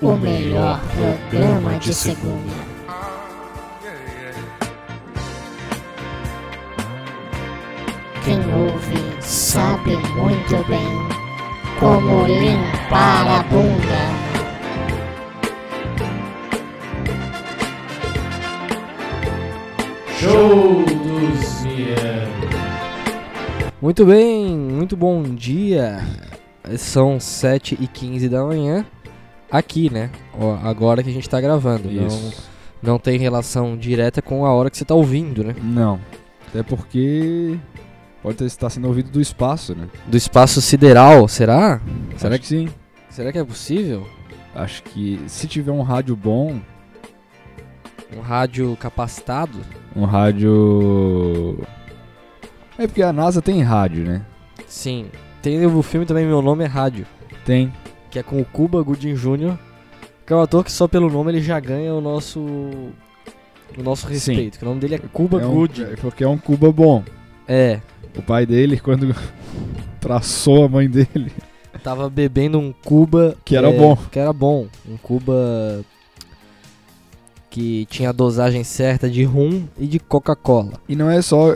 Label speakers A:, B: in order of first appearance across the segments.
A: o melhor programa de segunda. Quem ouve sabe muito bem como limpar a bunda.
B: Show dos Mianos.
C: Muito bem, muito bom dia. São 7 e 15 da manhã. Aqui, né? Ó, agora que a gente tá gravando. Não,
B: Isso.
C: não tem relação direta com a hora que você tá ouvindo, né?
D: Não. Até porque pode estar sendo ouvido do espaço, né?
C: Do espaço sideral, será? Será
D: Acho
C: que,
D: sim?
C: será que é possível?
D: Acho que se tiver um rádio bom,
C: Um rádio capacitado?
D: um rádio. É porque a NASA tem rádio, né?
C: Sim. Tem o filme também Meu Nome é Rádio,
D: Tem.
C: que é com o Cuba Gooding Jr., que é um ator que só pelo nome ele já ganha o nosso o nosso
D: Sim.
C: respeito. Que o nome dele é Cuba
D: é um-
C: Gooding.
D: é porque é um Cuba bom.
C: É.
D: O pai dele, quando traçou a mãe dele,
C: Tava bebendo um Cuba.
D: Que era
C: é,
D: bom.
C: Que era bom. Um Cuba. Que tinha a dosagem certa de rum e de Coca-Cola.
D: e não é só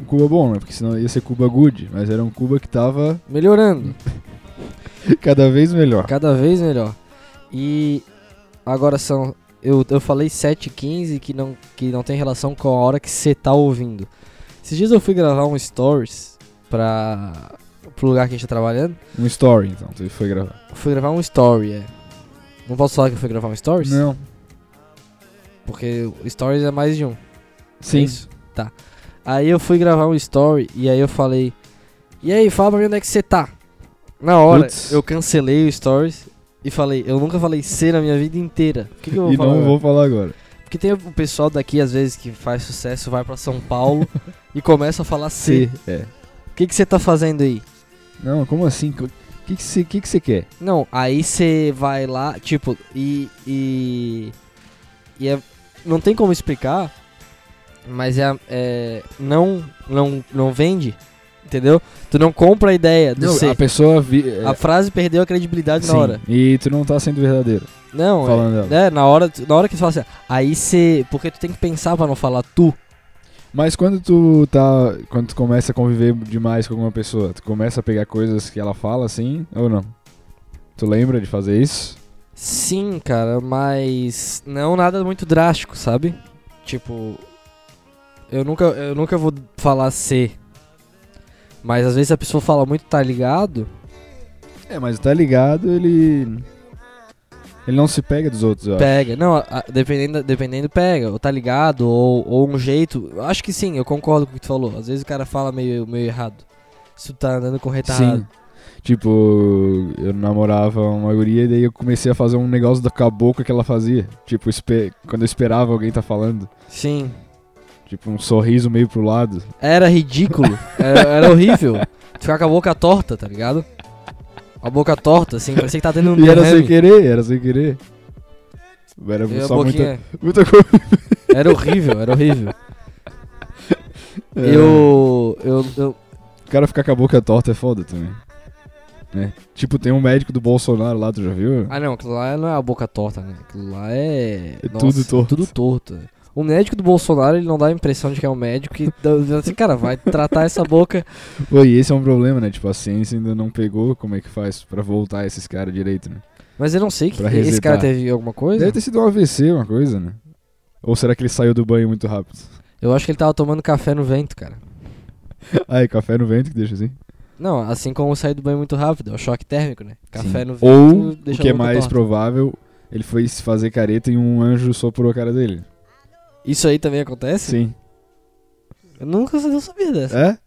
D: um Cuba bom, né? Porque senão ia ser Cuba good, mas era um Cuba que tava
C: Melhorando.
D: cada vez melhor.
C: Cada vez melhor. E. Agora são. Eu, eu falei 7h15 que não, que não tem relação com a hora que você tá ouvindo. Esses dias eu fui gravar um Stories pra. pro lugar que a gente tá trabalhando.
D: Um story, então, que foi gravar.
C: Fui gravar um Story, é. Não posso falar que eu fui gravar um Stories?
D: Não.
C: Porque o Stories é mais de um.
D: Sim.
C: É isso? Tá. Aí eu fui gravar um story e aí eu falei: E aí, fala pra mim onde é que você tá? Na hora,
D: Putz.
C: eu cancelei o stories e falei: Eu nunca falei C na minha vida inteira. Por que, que eu vou
D: e
C: falar?
D: não
C: agora?
D: vou falar agora.
C: Porque tem o pessoal daqui, às vezes, que faz sucesso, vai pra São Paulo e começa a falar C.
D: É.
C: O que que você tá fazendo aí?
D: Não, como assim? O que que você que que cê quer?
C: Não, aí você vai lá, tipo, e. E. e é, não tem como explicar, mas é. a- é, não, não, não vende, entendeu? Tu não compra a ideia do
D: Não,
C: ser.
D: a pessoa vi, é,
C: A frase perdeu a credibilidade
D: sim,
C: na hora.
D: E tu não tá sendo verdadeiro.
C: Não,
D: Falando
C: é, né, na hora, na hora que tu fala assim, aí você. Porque tu tem que pensar pra não falar tu.
D: Mas quando tu tá, quando tu começa a conviver demais com alguma pessoa, tu começa a pegar coisas que ela fala assim ou não? Tu lembra de fazer isso?
C: Sim, cara, mas não nada muito drástico, sabe? Tipo, eu nunca, eu nunca vou falar ser. Mas às vezes a pessoa fala muito tá ligado.
D: É, mas tá ligado, ele ele não se pega dos outros, eu acho.
C: Pega. Não, a- a- dependendo, dependendo pega. Ou tá ligado, ou, ou um jeito. Eu Acho que sim, eu concordo com o que tu falou. Às vezes o cara fala meio, meio errado. Se tu tá andando com retardado.
D: Sim. Tipo, eu namorava uma guria e daí eu comecei a fazer um negócio da cabocla que ela fazia. Tipo, espe- quando eu esperava alguém tá falando.
C: Sim.
D: Tipo, um sorriso meio pro lado.
C: Era ridículo. era, era horrível. Tu ficava com a boca torta, tá ligado? A boca torta, assim, parecia que tá tendo um
D: E era sem
C: derrame.
D: querer, era sem querer. Era
C: E a
D: só
C: boquinha-
D: muita, muita coisa.
C: Era horrível, era horrível.
D: É.
C: Eu, eu, eu.
D: O cara ficar com a boca torta é foda também. Né? Tipo, tem um médico do Bolsonaro lá, tu já viu?
C: Ah, não, aquilo lá não é a boca torta, né? Aquilo lá é.
D: É tudo torto.
C: Tudo torto. né? O médico do Bolsonaro, ele não dá a impressão de que é um médico e dá- assim, cara, vai tratar essa boca.
D: Pô, e esse é um problema, né? Tipo, a ciência ainda não pegou como é que faz pra voltar esses caras direito, né?
C: Mas eu não sei que
D: Pra
C: esse
D: resetar.
C: cara teve alguma coisa.
D: Deve ter sido um AVC, uma coisa, né? Ou será que ele saiu do banho muito rápido?
C: Eu acho que ele tava tomando café no vento, cara.
D: Ah, é café no vento que deixa assim?
C: Não, assim como sair do banho muito rápido, é o choque térmico, né? Café
D: Sim.
C: no vento.
D: Ou, o
C: deixa a
D: que é
C: boca
D: mais
C: torta.
D: provável, ele foi se fazer careta e um anjo soprou a cara dele.
C: Isso aí também acontece?
D: Sim.
C: Eu nunca eu não sabia dessa.
D: É?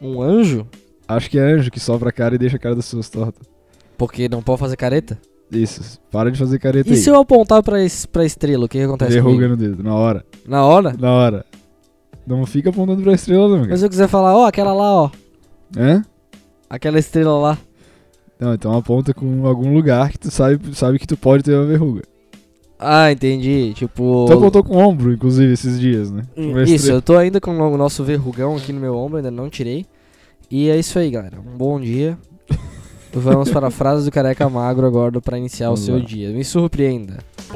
C: Um anjo?
D: Acho que é anjo que sopra a cara e deixa a cara das pessoas tortas.
C: Porque não pode fazer careta?
D: Isso. Para de fazer careta
C: E
D: aí.
C: se eu apontar pra, es- pra estrela, o que, que acontece
D: Derruga
C: comigo?
D: no dedo, na hora.
C: Na hora?
D: Na hora. Não fica apontando pra estrela, não, cara.
C: Mas se eu quiser falar, ó, aquela lá, ó,
D: Hã?
C: aquela estrela lá.
D: Não, então aponta com algum lugar que tu sabe, sabe que tu pode ter uma verruga.
C: Ah, entendi. Tipo.
D: Tu apontou com o ombro, inclusive, esses dias, né?
C: Hum,
D: Uma
C: Isso,
D: estrela.
C: eu tô ainda com o nosso verrugão aqui no meu ombro, ainda não tirei. E é isso aí, galera. Um bom dia. Vamos para a frase do careca magro agora pra iniciar o
D: Vamos
C: seu
D: lá.
C: dia. Me surpreenda.
E: pouca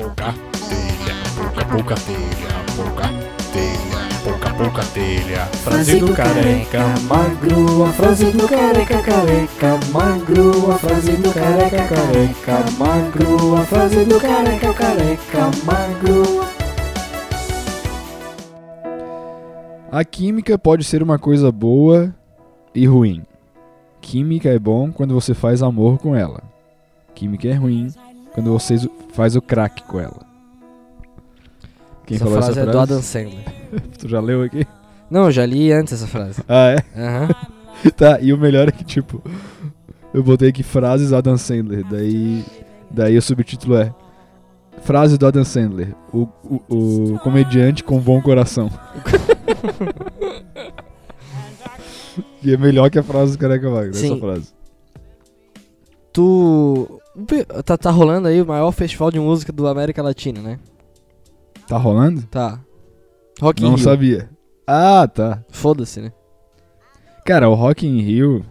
E: telha, pouca, pouca telha, pouca telha, pouca, pouca telha. Frase do careca.
B: magro, a frase do careca careca magro, a frase do careca careca magro, a frase do careca careca magro.
D: A química pode ser uma coisa boa e ruim. Química é bom quando você faz amor com ela. Química é ruim quando você zo- faz o crack com ela. Quem
C: essa
D: falou
C: frase
D: essa
C: é do
D: frase?
C: Adam Sandler.
D: Tu já leu aqui?
C: Não, eu já li antes essa frase.
D: Ah, é?
C: Aham.
D: Tá, e o melhor é que, tipo, eu botei aqui frases Adam Sandler, daí, daí o subtítulo é Frase do Adam Sandler, o, o, o comediante com bom coração. e é melhor que a frase do Careca Magro, essa
C: Sim.
D: frase.
C: Tu. Tá, tá rolando aí o maior festival de música do América Latina, né?
D: Tá rolando?
C: Tá. Rock in
D: Não
C: Rio.
D: sabia. Ah, tá.
C: Foda-se, né?
D: Cara, o Rock in Rio,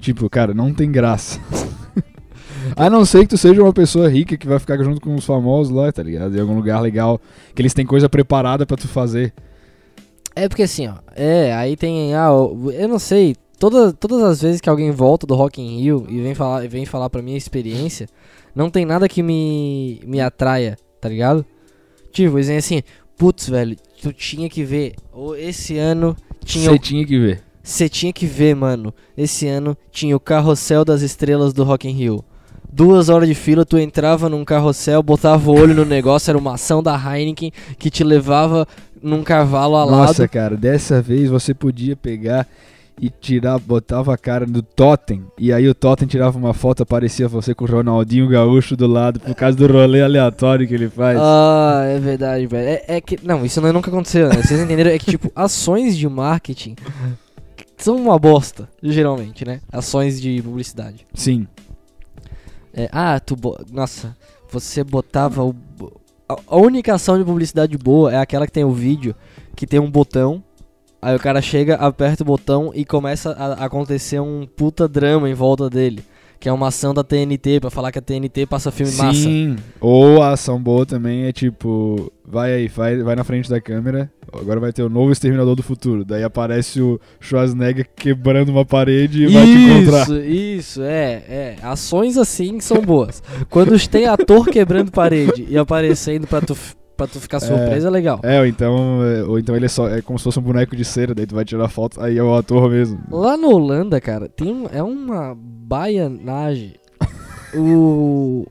D: tipo, cara, não tem graça. A não ser que tu seja uma pessoa rica que vai ficar junto com os famosos lá, tá ligado? Em algum lugar legal, que eles têm coisa preparada pra tu fazer.
C: É porque assim, ó. É, aí tem. Ah, o- eu não sei. Toda, todas as vezes que alguém volta do Rock in Rio e vem falar, e vem falar pra minha experiência, não tem nada que me, me atraia, tá ligado? Tipo, eles dizem assim, putz, velho, tu tinha que ver. Ou Esse ano tinha
D: Você tinha que ver.
C: Você tinha que ver, mano. Esse ano tinha o Carrossel das Estrelas do Rock in Rio. Duas horas de fila, tu entrava num carrossel, botava o olho no negócio, era uma ação da Heineken que te levava num cavalo alado.
D: Nossa, cara, dessa vez você podia pegar e tirar, botava a cara do Totem, e aí o Totem tirava uma foto, aparecia você com o Ronaldinho Gaúcho do lado, por causa do rolê aleatório que ele faz.
C: Ah, é verdade, velho. É, é que. Não, isso não- nunca aconteceu, né? Vocês entenderam? É que, tipo, ações de marketing são uma bosta, geralmente, né? Ações de publicidade.
D: Sim.
C: É, ah, tu. bo- Nossa, você botava o. bo- A a única ação de publicidade boa é aquela que tem o vídeo, que tem um botão. Aí o cara chega, aperta o botão e começa a a acontecer um puta drama em volta dele. Que é uma ação da TNT, pra falar que a TNT passa filme massa.
D: Sim. Ou a ação boa também é tipo, vai aí, vai, vai na frente da câmera, agora vai ter o novo Exterminador do Futuro. Daí aparece o Schwarzenegger quebrando uma parede e vai te encontrar.
C: Isso, isso, é, é. Ações assim são boas. Quando tem ator quebrando parede e aparecendo pra tu, f- pra tu ficar surpreso, é legal.
D: É, ou então, é, ou então ele é só é como se fosse um boneco de cera, daí tu vai tirar foto, aí é o ator mesmo.
C: Lá na Holanda, cara, tem um- é uma baianagem. o.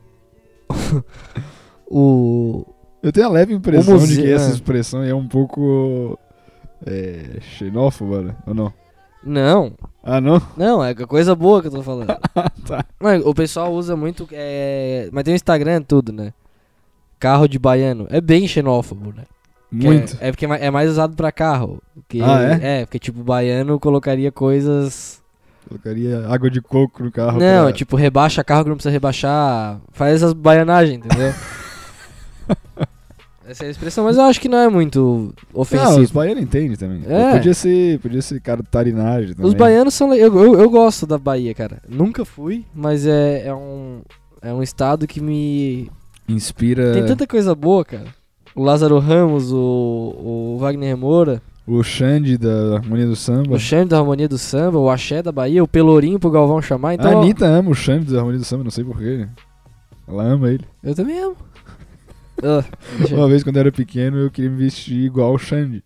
C: o.
D: Eu tenho a leve impressão
C: O museu-
D: de que essa
C: é.
D: expressão é um pouco é, xenófoba, né? ou não?
C: Não,
D: Ah, não?
C: não, é coisa boa que eu tô falando.
D: Tá.
C: Não, o pessoal usa muito. é, Mas tem o Instagram e tudo, né? Carro de baiano. É bem xenófobo, né? Que é-
D: Muito.
C: É, porque é ma- é mais usado pra carro. que-
D: Ah, é?
C: É, porque tipo, baiano colocaria coisas.
D: Colocaria água de coco no carro.
C: Não,
D: pra-
C: tipo, rebaixa carro que não precisa rebaixar. Faz essas baianagens, entendeu? Essa é a expressão, mas eu acho que não é muito
D: Não, os
C: ofensivo.
D: baianos entendem também.
C: É.
D: Podia ser, podia ser cara tarinagem também.
C: Os baianos são. le- Eu, eu, eu gosto da Bahia, cara. Nunca fui, mas é, é um. É um estado que me.
D: Inspira
C: Tem tanta coisa boa, cara. O Lázaro Ramos, o, o Wagner Moura,
D: o Xande da Harmonia do Samba.
C: o Xande da Harmonia do Samba, o Axé da Bahia, o Pelourinho pro Galvão chamar. Então,
D: A Anitta ama o Xande da Harmonia do Samba, não sei porquê. Ela ama ele.
C: eu também amo. Ah, deixa eu-
D: Uma vez quando eu era pequeno, eu queria me vestir igual o Xande.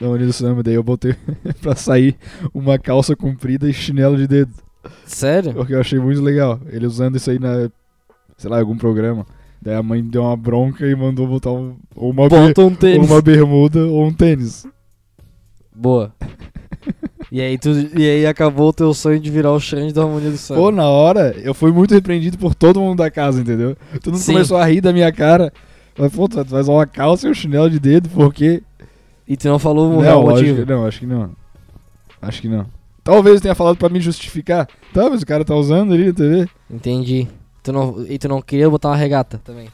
D: Da Harmonia do Samba, daí eu botei pra sair uma calça comprida e chinelo de dedo.
C: sério?
D: Porque eu achei muito legal. Ele usando isso aí na. Sei lá, algum programa. Daí a mãe deu uma bronca e mandou botar um, ou uma, ber-
C: Ponta um
D: ou
C: tênis.
D: uma bermuda ou um tênis.
C: Boa. e, aí tu, e aí acabou o teu sonho de virar o Xande da Harmonia do Samba.
D: Pô, na hora, eu fui muito repreendido por todo mundo da casa, entendeu? Todo mundo
C: Sim.
D: começou a rir da minha cara. Mas, pô, tu tu vai usar uma calça e um chinelo de dedo, porque.
C: E tu não falou o
D: não,
C: real
D: acho
C: motivo.
D: que, não, acho que não. Acho que não. Talvez eu tenha falado pra me justificar. Tá, mas o cara tá usando ali na TV.
C: Entendi. Tu não, e tu não queria botar uma regata também.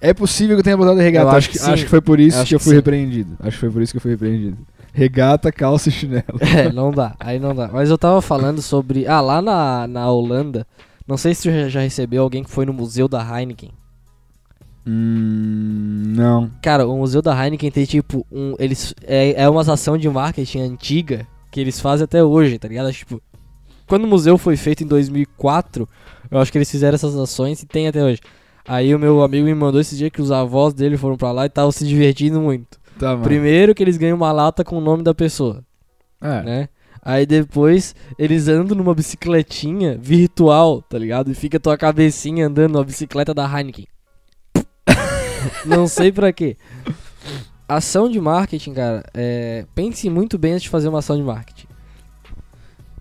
D: É possível que eu tenha botado regata.
C: Eu
D: acho,
C: acho
D: que,
C: que sim.
D: acho que foi por isso
C: Eu acho
D: que eu
C: que
D: fui
C: sim.
D: repreendido. Acho que foi por isso que eu fui repreendido. Regata, calça e chinelo.
C: É, não dá, aí não dá. Mas eu tava falando sobre. Ah, lá na, na Holanda, não sei se tu já- já recebeu alguém que foi no Museu da Heineken.
D: Hum, não.
C: Cara, o Museu da Heineken tem tipo um. Eles, é, é uma ação de marketing antiga que eles fazem até hoje, tá ligado? Tipo, quando o museu foi feito em 2004, eu acho que eles fizeram essas ações e tem até hoje. Aí o meu amigo me mandou esse dia que os avós dele foram pra lá e estavam se divertindo muito.
D: Tá, mano.
C: Primeiro que eles ganham uma lata com o nome da pessoa,
D: É.
C: né? Aí depois eles andam numa bicicletinha virtual, tá ligado? E fica tua cabecinha andando na bicicleta da Heineken. Não sei pra quê. Ação de marketing, cara, é... pense muito bem antes de fazer uma ação de marketing.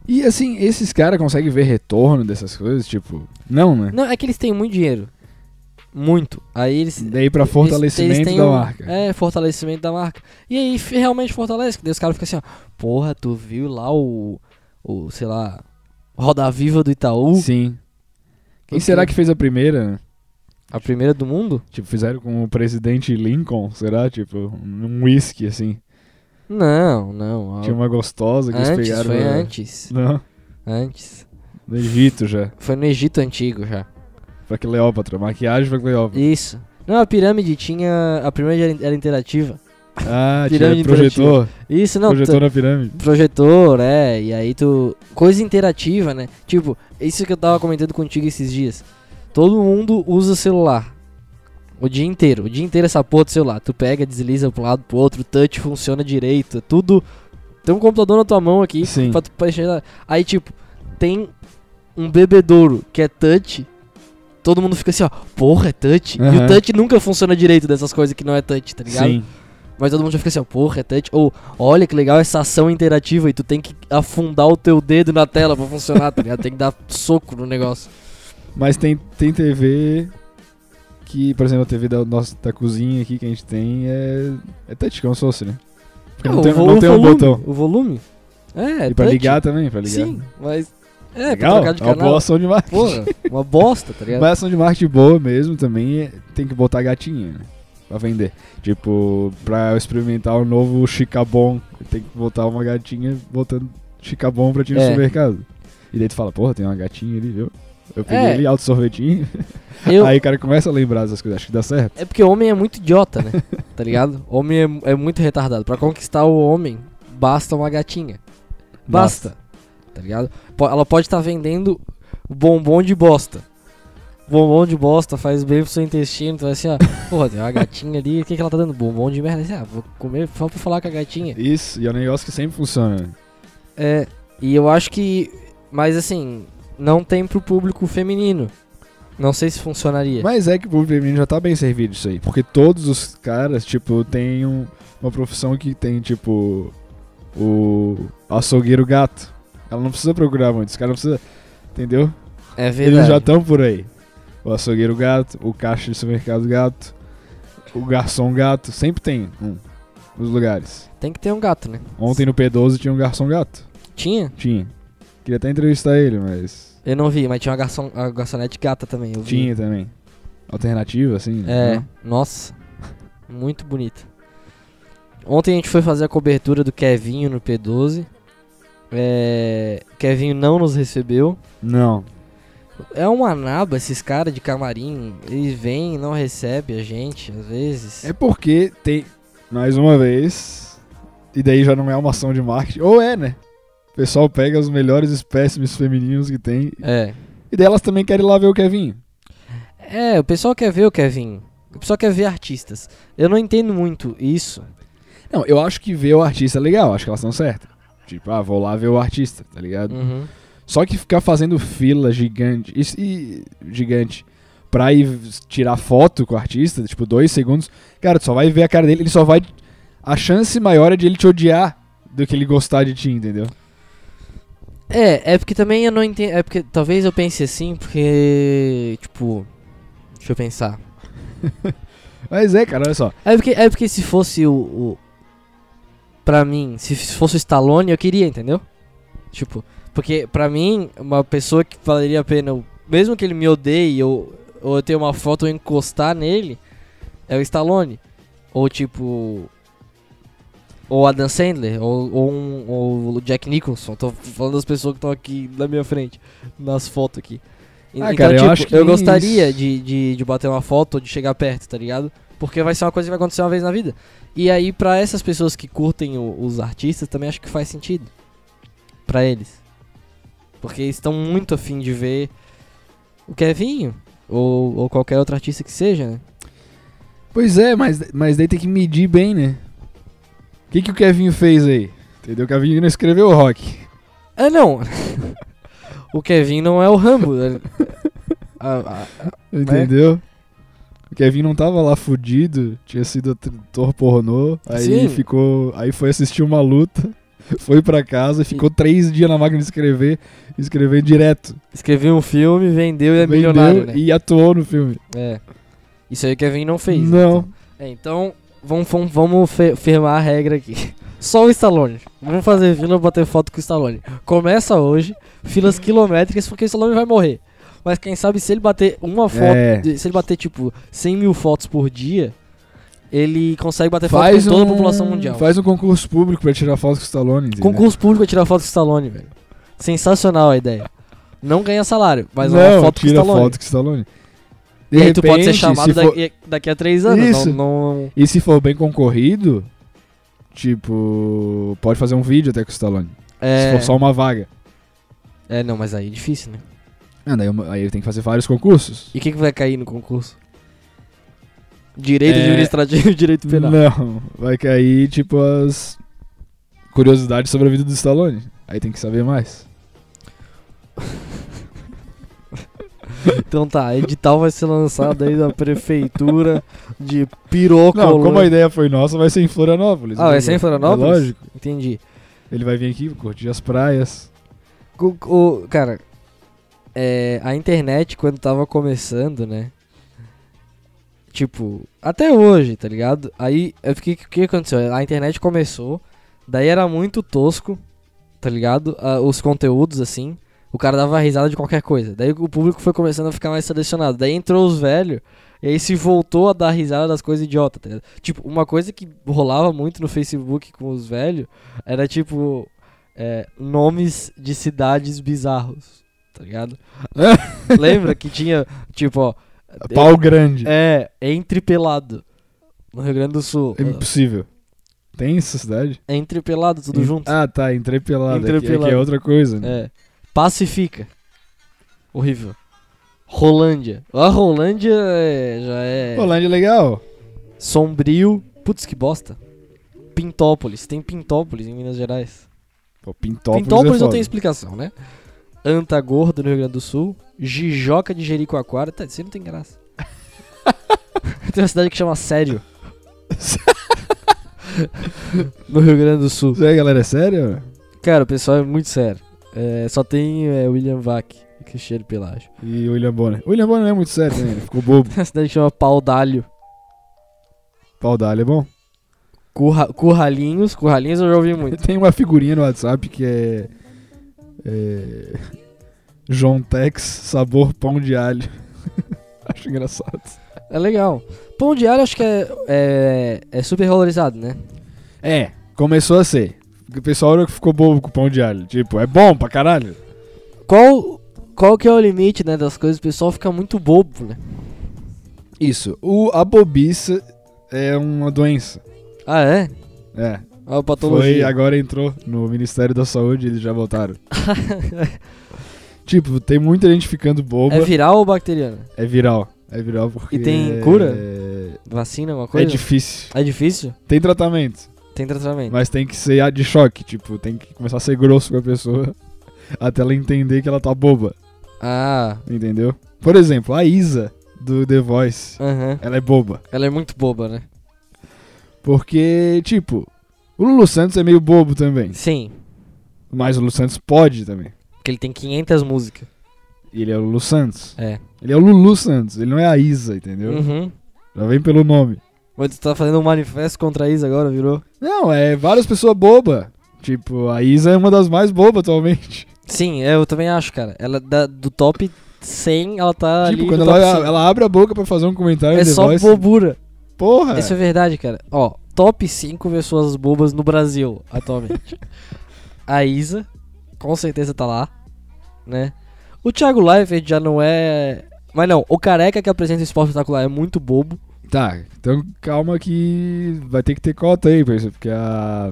D: E assim, esses caras conseguem ver retorno dessas coisas? Tipo, não, né?
C: Não, é que eles têm muito dinheiro. Muito. Aí eles.
D: Daí pra
C: eles-
D: fortalecimento
C: eles têm
D: da
C: um-
D: marca.
C: É, fortalecimento da marca. E aí f- realmente fortalece, que daí os caras ficam assim, ó. Porra, tu viu lá o. O, sei lá. Roda Viva do Itaú,
D: Sim.
C: Uh,
D: Quem
C: Ok.
D: será que fez a primeira?
C: a primeira do mundo?
D: Tipo, fizeram com o presidente Lincoln, será? Tipo, um whisky, assim.
C: Não, não. a-
D: Tinha uma gostosa que eles
C: antes,
D: pegaram. né?
C: foi
D: da-
C: antes.
D: Não,
C: Antes.
D: do Egito já.
C: Foi no Egito Antigo já.
D: Pra Cleópatra. Maquiagem pra Cleópatra.
C: Isso. Não, a pirâmide tinha. A pirâmide era, era interativa.
D: Ah, tinha
C: Pirâmide
D: projetor.
C: Isso, não. tá tu-
D: Projetor na pirâmide.
C: projetor, é, e aí tu. Coisa interativa, né? Tipo, isso que eu tava comentando contigo esses dias. Todo mundo usa celular. O dia inteiro. O dia inteiro essa porra do celular. Tu pega, desliza pra um lado pro outro, o touch funciona direito. é Tudo. Tem um computador na tua mão aqui.
D: Sim.
C: Pra tu pra enxergar. Aí, tipo, tem um bebedouro que é touch. Todo mundo fica assim, ó, porra, é touch? E
D: Aham.
C: o touch nunca funciona direito dessas coisas que não é touch, tá ligado?
D: Sim.
C: Mas todo mundo já fica assim, ó, porra, é touch. Ou, olha que legal essa ação interativa e tu tem que afundar o teu dedo na tela pra funcionar, tá ligado? Tem que dar soco no negócio.
D: Mas tem, tem TV que, por exemplo, a TV da, nossa, da cozinha aqui que a gente tem é, é touch, como se fosse, né? Porque não,
C: o
D: tem,
C: vo-
D: não
C: o
D: tem um
C: volume,
D: botão.
C: O volume? É,
D: e pra
C: touch.
D: ligar também, pra ligar.
C: Sim, mas. É, pra trocar
D: Legal,
C: de
D: é uma boa
C: canal.
D: ação de marketing.
C: Porra, uma bosta, tá ligado?
D: Mas ação de marketing boa mesmo também é- tem que botar gatinha, né? Pra vender. Tipo, pra eu experimentar o novo Chicabon, tem que botar uma gatinha botando Chicabon pra ti no
C: É.
D: supermercado. E daí tu fala, porra, tem uma gatinha ali, viu? Eu peguei
C: É.
D: ali alto sorvetinho.
C: Eu-
D: Aí o cara começa a lembrar dessas coisas, acho que dá certo.
C: É porque homem é muito idiota, né? Tá ligado? Homem é, é muito retardado. Pra conquistar o homem, basta uma gatinha. Basta. Tá ligado? Po- Ela pode estar vendendo bombom de bosta. Bombom de bosta faz bem pro seu intestino. Tu vai assim, ó. Porra, tem uma gatinha ali. O que, que ela tá dando? Bombom de merda. Assim, ah, vou comer só pra falar com a gatinha.
D: Isso, e é um negócio que sempre funciona. né?
C: É, e eu acho que. Mas assim, não tem pro público feminino. Não sei se funcionaria.
D: Mas é que o público feminino já tá bem servido isso aí. Porque todos os caras, tipo, tem um- uma profissão que tem, tipo, o açougueiro gato. Ela não precisa procurar muito, os caras não precisam. Entendeu?
C: é
D: Eles
C: verdade.
D: já estão por aí. O açougueiro gato, o caixa de supermercado gato, o garçom gato, sempre tem um nos lugares.
C: Tem que ter um gato, né?
D: Ontem no P12 tinha um garçom gato.
C: Tinha?
D: Tinha. Queria até entrevistar ele, mas.
C: Eu não vi, mas tinha uma, garçon, uma garçonete gata também. Eu vi.
D: Tinha também. Alternativa, assim?
C: É,
D: né?
C: nossa. Muito bonita. Ontem a gente foi fazer a cobertura do Kevinho no P12. É, Kevinho não nos recebeu.
D: Não.
C: É uma naba esses caras de camarim. Eles vêm e não recebem a gente, às vezes.
D: É porque tem. Mais uma vez. E daí já não é uma ação de marketing. Ou é, né? O pessoal pega os melhores espécimes femininos que tem.
C: É.
D: E daí elas também querem ir lá ver o Kevin.
C: É, o pessoal quer ver o Kevinho. O pessoal quer ver artistas. Eu não entendo muito isso.
D: Não, eu acho que ver o artista é legal, acho que elas estão certas. Tipo, ah, vou lá ver o artista, tá ligado?
C: Uhum.
D: Só que ficar fazendo fila gigante, isso- e, gigante, pra ir tirar foto com o artista, tipo, dois segundos, cara, tu só vai ver a cara dele, ele só vai. A chance maior é de ele te odiar do que ele gostar de ti, entendeu?
C: É, é porque também eu não entendo. É porque talvez eu pense assim, porque. Tipo. Deixa eu pensar.
D: Mas é, cara, olha só.
C: É porque, é porque se fosse o, o. Pra mim, se fosse o Stallone, eu queria, entendeu? Tipo, porque pra mim, uma pessoa que valeria a pena, eu- mesmo que ele me odeie ou, ou eu tenha uma foto eu encostar nele, é o Stallone. Ou tipo. Ou Adam Sandler, ou, ou, um, ou o Jack Nicholson. Tô falando das pessoas que estão aqui na minha frente, nas fotos aqui. E- então, tipo,
D: Ah, cara, eu acho que
C: eu gostaria
D: isso-
C: de, de, de bater uma foto ou de chegar perto, tá ligado? Porque vai ser uma coisa que vai acontecer uma vez na vida. E aí, pra essas pessoas que curtem o- os artistas, também acho que faz sentido. Pra eles. Porque eles estão muito afim de ver o Kevinho. Ou, ou qualquer outro artista que seja, né?
D: Pois é, mas, mas daí tem que medir bem, né? O que, que o Kevinho fez aí? Entendeu? O Kevinho não escreveu o rock.
C: Ah, não. o Kevin não é o Rambo. né? Ah, ah,
D: Entendeu? O Kevin não tava lá fudido, tinha sido ator pornô, aí
C: Sim.
D: ficou. Aí foi assistir uma luta, foi pra casa, ficou três dias na máquina de escrever, escrever direto.
C: escreveu um filme, vendeu e é
D: Vendeu
C: milionário, né?
D: e atuou no filme.
C: É. Isso aí o Kevin não fez. né?
D: não.
C: É, então, vamos, vamos, vamos fe- firmar a regra aqui. Só o Stallone. Vamos fazer fila pra bater foto com o Stallone. Começa hoje, filas quilométricas, porque o Stallone vai morrer. Mas quem sabe se ele bater uma foto,
D: É.
C: de- se ele bater tipo 100 mil fotos por dia, ele consegue bater
D: faz
C: foto com toda
D: um,
C: a população mundial.
D: Faz assim, né? um concurso público pra tirar foto com o Stallone. entendeu?
C: Concurso público é tirar foto com o Stallone, velho. Sensacional a ideia. Não ganha salário, mas
D: não,
C: uma foto com o
D: tira
C: Stallone.
D: foto com o Stallone. De
C: e aí tu pode ser
D: repente,
C: chamado
D: se for-
C: daqui, daqui a três anos.
D: Isso.
C: Não, não-
D: E se for bem concorrido, tipo, pode fazer um vídeo até com o Stallone. Se
C: é...
D: for só uma vaga.
C: é, não, mas aí é difícil, né?
D: Ah, daí uma- aí ele tem que fazer vários concursos.
C: E o que, que vai cair no concurso? Direito
D: É.
C: administrativo e direito penal.
D: Não, vai cair, tipo, as curiosidades sobre a vida do Stallone. Aí tem que saber mais.
C: Então tá, edital vai ser lançado aí da prefeitura de Pirocolo.
D: Não, como a ideia foi nossa, vai ser em Florianópolis.
C: Ah,
D: né?
C: vai ser em Florianópolis?
D: É lógico.
C: Entendi.
D: Ele vai vir aqui, curtir as praias.
C: Co- o- cara, é, a internet quando tava começando, né? Tipo, até hoje, tá ligado? Aí, eu fiquei, o que aconteceu? A internet começou, daí era muito tosco, tá ligado? Ah, os conteúdos, assim, o cara dava risada de qualquer coisa. Daí o público foi começando a ficar mais selecionado. Daí entrou os velhos, e aí se voltou a dar risada das coisas idiotas, tá ligado? Tipo, uma coisa que rolava muito no Facebook com os velhos era tipo é, nomes de cidades bizarros, tá ligado? Lembra que tinha, tipo, ó.
D: Pau grande. É,
C: É, entrepelado. No Rio Grande do Sul.
D: impossível. Tem essa cidade?
C: É entrepelado, tudo
D: Em-
C: junto.
D: Ah, tá, entrei pelado. Aqui- Aqui,
C: Entrepelado.
D: é outra coisa. né?
C: É. Pacifica. Horrível. Rolândia. A Rolândia é- já é.
D: Holândia é legal.
C: Sombrio. Putz, que bosta. Pintópolis. Tem Pintópolis em Minas Gerais.
D: Pô, Pintópolis,
C: Pintópolis
D: é
C: não
D: foda.
C: tem explicação, né? Anta Gordo no Rio Grande do Sul. Jijoca de Jericoacoara. Tá, isso aí não tem graça. tem uma cidade que chama Sério. no Rio Grande do Sul.
D: Isso aí, galera, é sério?
C: Cara, o pessoal é muito sério. É, só tem é, William Vac e Cristiano Pelágio.
D: E o William Bonner. O William Bonner não é muito sério, né? Ele ficou bobo.
C: Tem uma cidade que chama Paudalho.
D: Pau d'alho é bom.
C: Curra, curralinhos. Curralinhos eu já ouvi muito.
D: Tem uma figurinha no WhatsApp que é. é João Tex, sabor pão de alho. Acho engraçado.
C: É legal. Pão de alho acho que é, é, é super valorizado, né?
D: É, começou a ser. O pessoal ficou bobo com pão de alho. Tipo, é bom pra caralho.
C: Qual, qual que é o limite né, das coisas? O pessoal fica muito bobo, né?
D: Isso. O, a bobiça é uma doença.
C: Ah, é?
D: É.
C: Ah, o
D: Foi,
C: patologia.
D: agora entrou no Ministério da Saúde, eles já voltaram. tipo, tem muita gente ficando boba.
C: É viral ou bacteriana?
D: É viral. É viral porque.
C: E tem cura?
D: É,
C: Vacina, alguma
D: é
C: coisa?
D: difícil.
C: É difícil?
D: Tem tratamento,
C: Tem tratamento.
D: mas tem que ser a de choque. Tipo, tem que começar a ser grosso com a pessoa até ela entender que ela tá boba.
C: Ah,
D: Entendeu? Por exemplo, a Isa do The Voice,
C: aham.
D: ela é boba.
C: Ela é muito boba, né?
D: Porque, tipo, o Lulu Santos é meio bobo também.
C: Sim,
D: Mas o Lulu Santos pode também.
C: porque ele tem 500 músicas.
D: E ele é o Lulu Santos.
C: É.
D: Ele é o Lulu Santos, ele não é a Isa, entendeu?
C: Uhum.
D: Já vem pelo nome.
C: Mas tu tá fazendo um manifesto contra a Isa agora, virou?
D: Não, é várias pessoas bobas. Tipo, a Isa é uma das mais bobas atualmente. Tipo,
C: Sim, é, eu também acho, cara. Ela da- do top 100, ela tá ali
D: tipo,
C: no
D: quando
C: top
D: ela,
C: 100.
D: ela abre a boca pra fazer um comentário
C: É
D: The
C: só
D: Voice,
C: bobura.
D: porra.
C: Isso é verdade, cara. Ó, top 5 pessoas bobas no Brasil atualmente. a Isa, com certeza tá lá, né? O Thiago Leifert já não é. Mas não, o careca que apresenta o esporte espetacular é muito bobo.
D: Tá, então calma que vai ter que ter cota aí, por exemplo, porque a...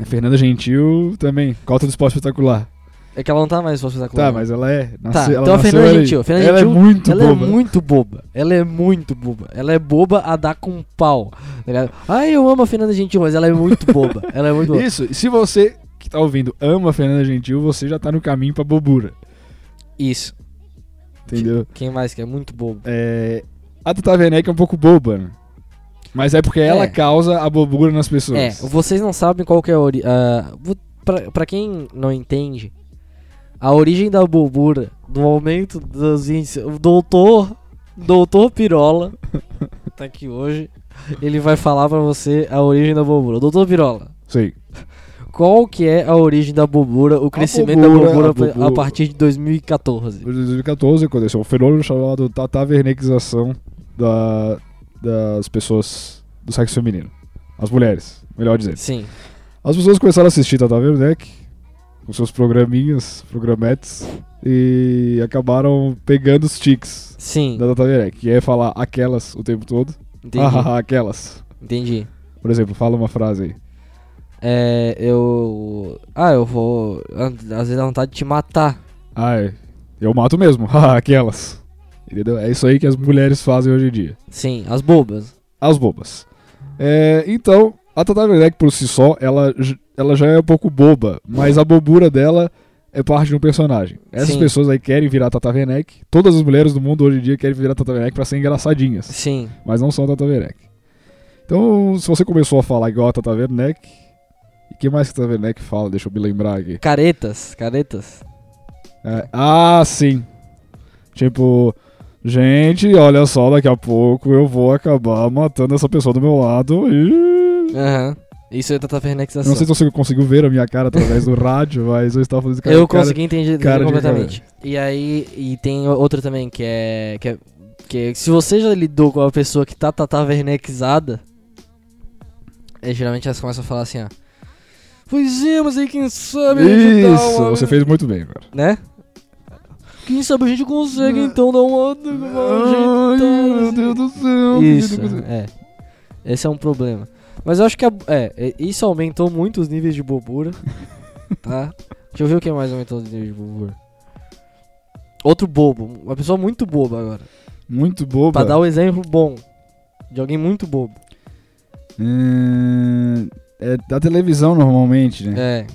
D: a Fernanda Gentil também, cota do esporte espetacular.
C: É que ela não tá mais no esporte espetacular.
D: Tá,
C: né?
D: mas ela é.
C: Tá,
D: ela
C: então a
D: nasceu
C: Fernanda
D: ali.
C: Gentil. a Fernanda
D: ela
C: Gentil,
D: é muito
C: ela
D: boba.
C: é muito boba. Ela é muito boba. Ela é boba a dar com pau. tá ligado? Ai, eu amo a Fernanda Gentil, mas ela é muito boba. Ela é muito boba.
D: Isso, e se você que tá ouvindo ama a Fernanda Gentil, você já tá no caminho pra bobura,
C: Isso.
D: entendeu?
C: Quem mais que é muito bobo?
D: É... A Tata Werneck é um pouco boba, né? Mas é porque ela
C: É.
D: causa a bobura nas pessoas.
C: É, vocês não sabem qual que é a origem. pra, pra quem não entende, a origem da bobura, do aumento dos índices. O doutor. Doutor Pirola tá aqui hoje. Ele vai falar pra você a origem da bobura. Doutor Pirola,
D: Sei.
C: qual que é a origem da bobura, o crescimento
D: bobura-
C: da bobura,
D: a bobura-
C: a partir de 2014?
D: Em 2014 aconteceu um fenômeno chamado tavernequização da, das pessoas do sexo feminino. As mulheres, melhor dizendo.
C: Sim.
D: As pessoas começaram a assistir Tata Werneck com seus programinhos, programetes, e acabaram pegando os tics
C: Sim,
D: da Tata Werneck, que é falar aquelas o tempo todo.
C: entendi.
D: aquelas.
C: entendi.
D: Por exemplo, fala uma frase aí.
C: É, eu. Ah, eu vou. Às vezes dá vontade de te matar.
D: Ai, Ah, é. eu mato mesmo, haha, aquelas. Entendeu? É isso aí que as mulheres fazem hoje em dia.
C: Sim, as bobas.
D: As bobas. É, então, a Tata Werneck por si só, ela, j- ela já é um pouco boba, mas a bobura dela é parte de um personagem. Essas
C: Sim.
D: pessoas aí querem virar Tata Werneck. Todas as mulheres do mundo hoje em dia querem virar Tata Werneck pra ser engraçadinhas,
C: Sim,
D: mas não são Tata Werneck. Então, se você começou a falar igual a Tata Werneck, e que mais que a Tata Werneck fala? Deixa eu me lembrar aqui.
C: caretas, caretas.
D: É, Ah, sim. Tipo, gente, olha só, daqui a pouco eu vou acabar matando essa pessoa do meu lado e.
C: Aham. Isso é tata
D: Eu
C: fernexização.
D: não sei se você conseguiu ver a minha cara através do rádio, mas eu estava fazendo cara,
C: Eu
D: cara-
C: consegui entender
D: cara de
C: completamente. E aí, e tem o- outra também que é, que é. Que é. Se você já lidou com uma pessoa que tá tatavernequizada, é, geralmente elas começam a falar assim, ó. Pois é, mas aí quem sabe a gente dá
D: Isso,
C: uma-
D: você fez muito bem, cara.
C: Né? Quem sabe a gente consegue então dar uma. uma
D: Né? Ai,
C: ajeitada,
D: meu
C: assim.
D: Deus do céu.
C: Isso,
D: meu Deus do céu.
C: é. Esse é um problema. Mas eu acho que a- é, é, isso aumentou muito os níveis de bobura. tá? Deixa eu ver o que mais aumentou os níveis de bobura. Outro bobo. Uma pessoa muito boba agora.
D: Muito bobo.
C: Pra dar um exemplo bom. De alguém muito bobo.
D: Hum, é da televisão normalmente, né?
C: É.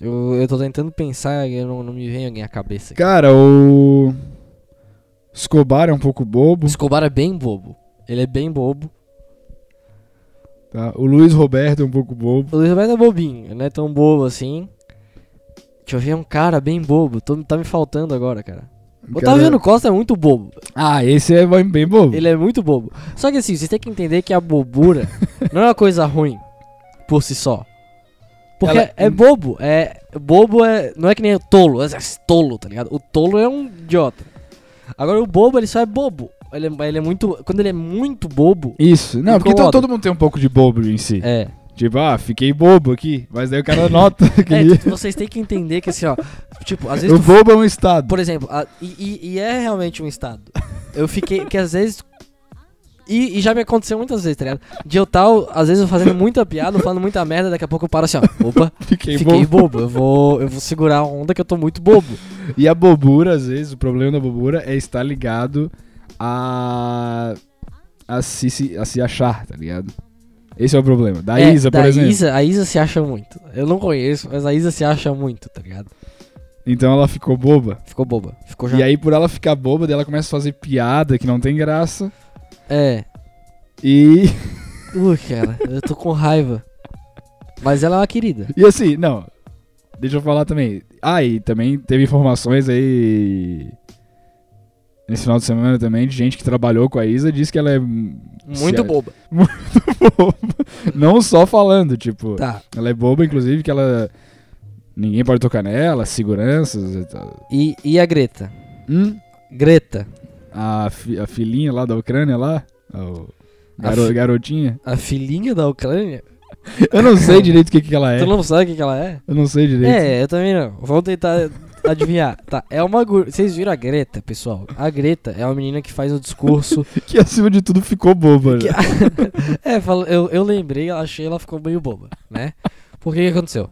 C: Eu, eu tô tentando pensar, eu não, não me vem alguém à cabeça. aqui.
D: Cara, o. Escobar é um pouco bobo.
C: Escobar é bem bobo. Ele é bem bobo.
D: tá? O Luiz Roberto é um pouco bobo.
C: O Luiz Roberto é bobinho, ele não é tão bobo assim. Deixa eu ver, é um cara bem bobo. Tô, tá me faltando agora, cara. O
D: Cara-
C: Otaviano Costa é muito bobo.
D: Ah, esse é bem bem bobo.
C: Ele é muito bobo. Só que assim, vocês têm que entender que a bobura não é uma coisa ruim por si só. Porque
D: Ela-
C: é bobo. É bobo é não é que nem tolo, é tolo, tá ligado? O tolo é um idiota. Agora o bobo ele só é bobo. Ele, é- ele é muito quando ele é muito bobo.
D: Isso. Não, porque to-
C: Incomoda.
D: todo mundo tem um pouco de bobo em si.
C: É.
D: Tipo, ah, fiquei bobo aqui. Mas daí o cara nota que
C: É, tipo, vocês têm que entender que assim, ó, tipo, às vezes
D: o
C: tu
D: bobo é um estado.
C: Por exemplo, a- e, e- e é realmente um estado. Eu fiquei que às vezes. E, e já me aconteceu muitas vezes, tá ligado? De eu tal, às vezes eu fazendo muita piada, falando muita merda, daqui a pouco eu paro assim, ó. Opa,
D: Fiquei,
C: fiquei
D: bobo.
C: bobo. Eu, vou, eu vou segurar a onda que eu tô muito bobo.
D: E a bobura, às vezes, o problema da bobura é estar ligado a. a se, se- a se achar, tá ligado? Esse é o problema. Da
C: É,
D: Isa,
C: da
D: por exemplo.
C: Isa, a Isa se acha muito. Eu não conheço, mas a Isa se acha muito, tá ligado?
D: Então ela ficou boba.
C: Ficou boba. Ficou já.
D: E aí, por ela ficar boba, daí ela começa a fazer piada que não tem graça.
C: É.
D: E.
C: Ui, cara, eu tô com raiva. Mas ela é uma querida.
D: E assim, não. Deixa eu falar também. Ah, e também teve informações aí. Nesse final de semana também, de gente que trabalhou com a Isa, disse que ela é m-
C: Muito
D: Sério.
C: boba.
D: boba. Não só falando, tipo.
C: Tá.
D: Ela é boba, inclusive, que ela. Ninguém pode tocar nela, seguranças e tal.
C: E, e a Greta?
D: Hum?
C: Greta.
D: A, fi- a filhinha lá da Ucrânia lá. a o- Garo- garotinha?
C: A filhinha da Ucrânia?
D: Eu não sei direito o que, que ela é.
C: Tu não sabe o que, que ela é?
D: Eu não sei direito.
C: É, eu também não. Vamos tentar adivinhar. Tá, é uma. gu- Vocês viram a Greta, pessoal? A Greta é uma menina que faz um discurso.
D: Que acima de tudo ficou boba.
C: que-
D: né?
C: é, fala- eu, eu lembrei, eu achei ela ficou meio boba, né? Porque o que aconteceu?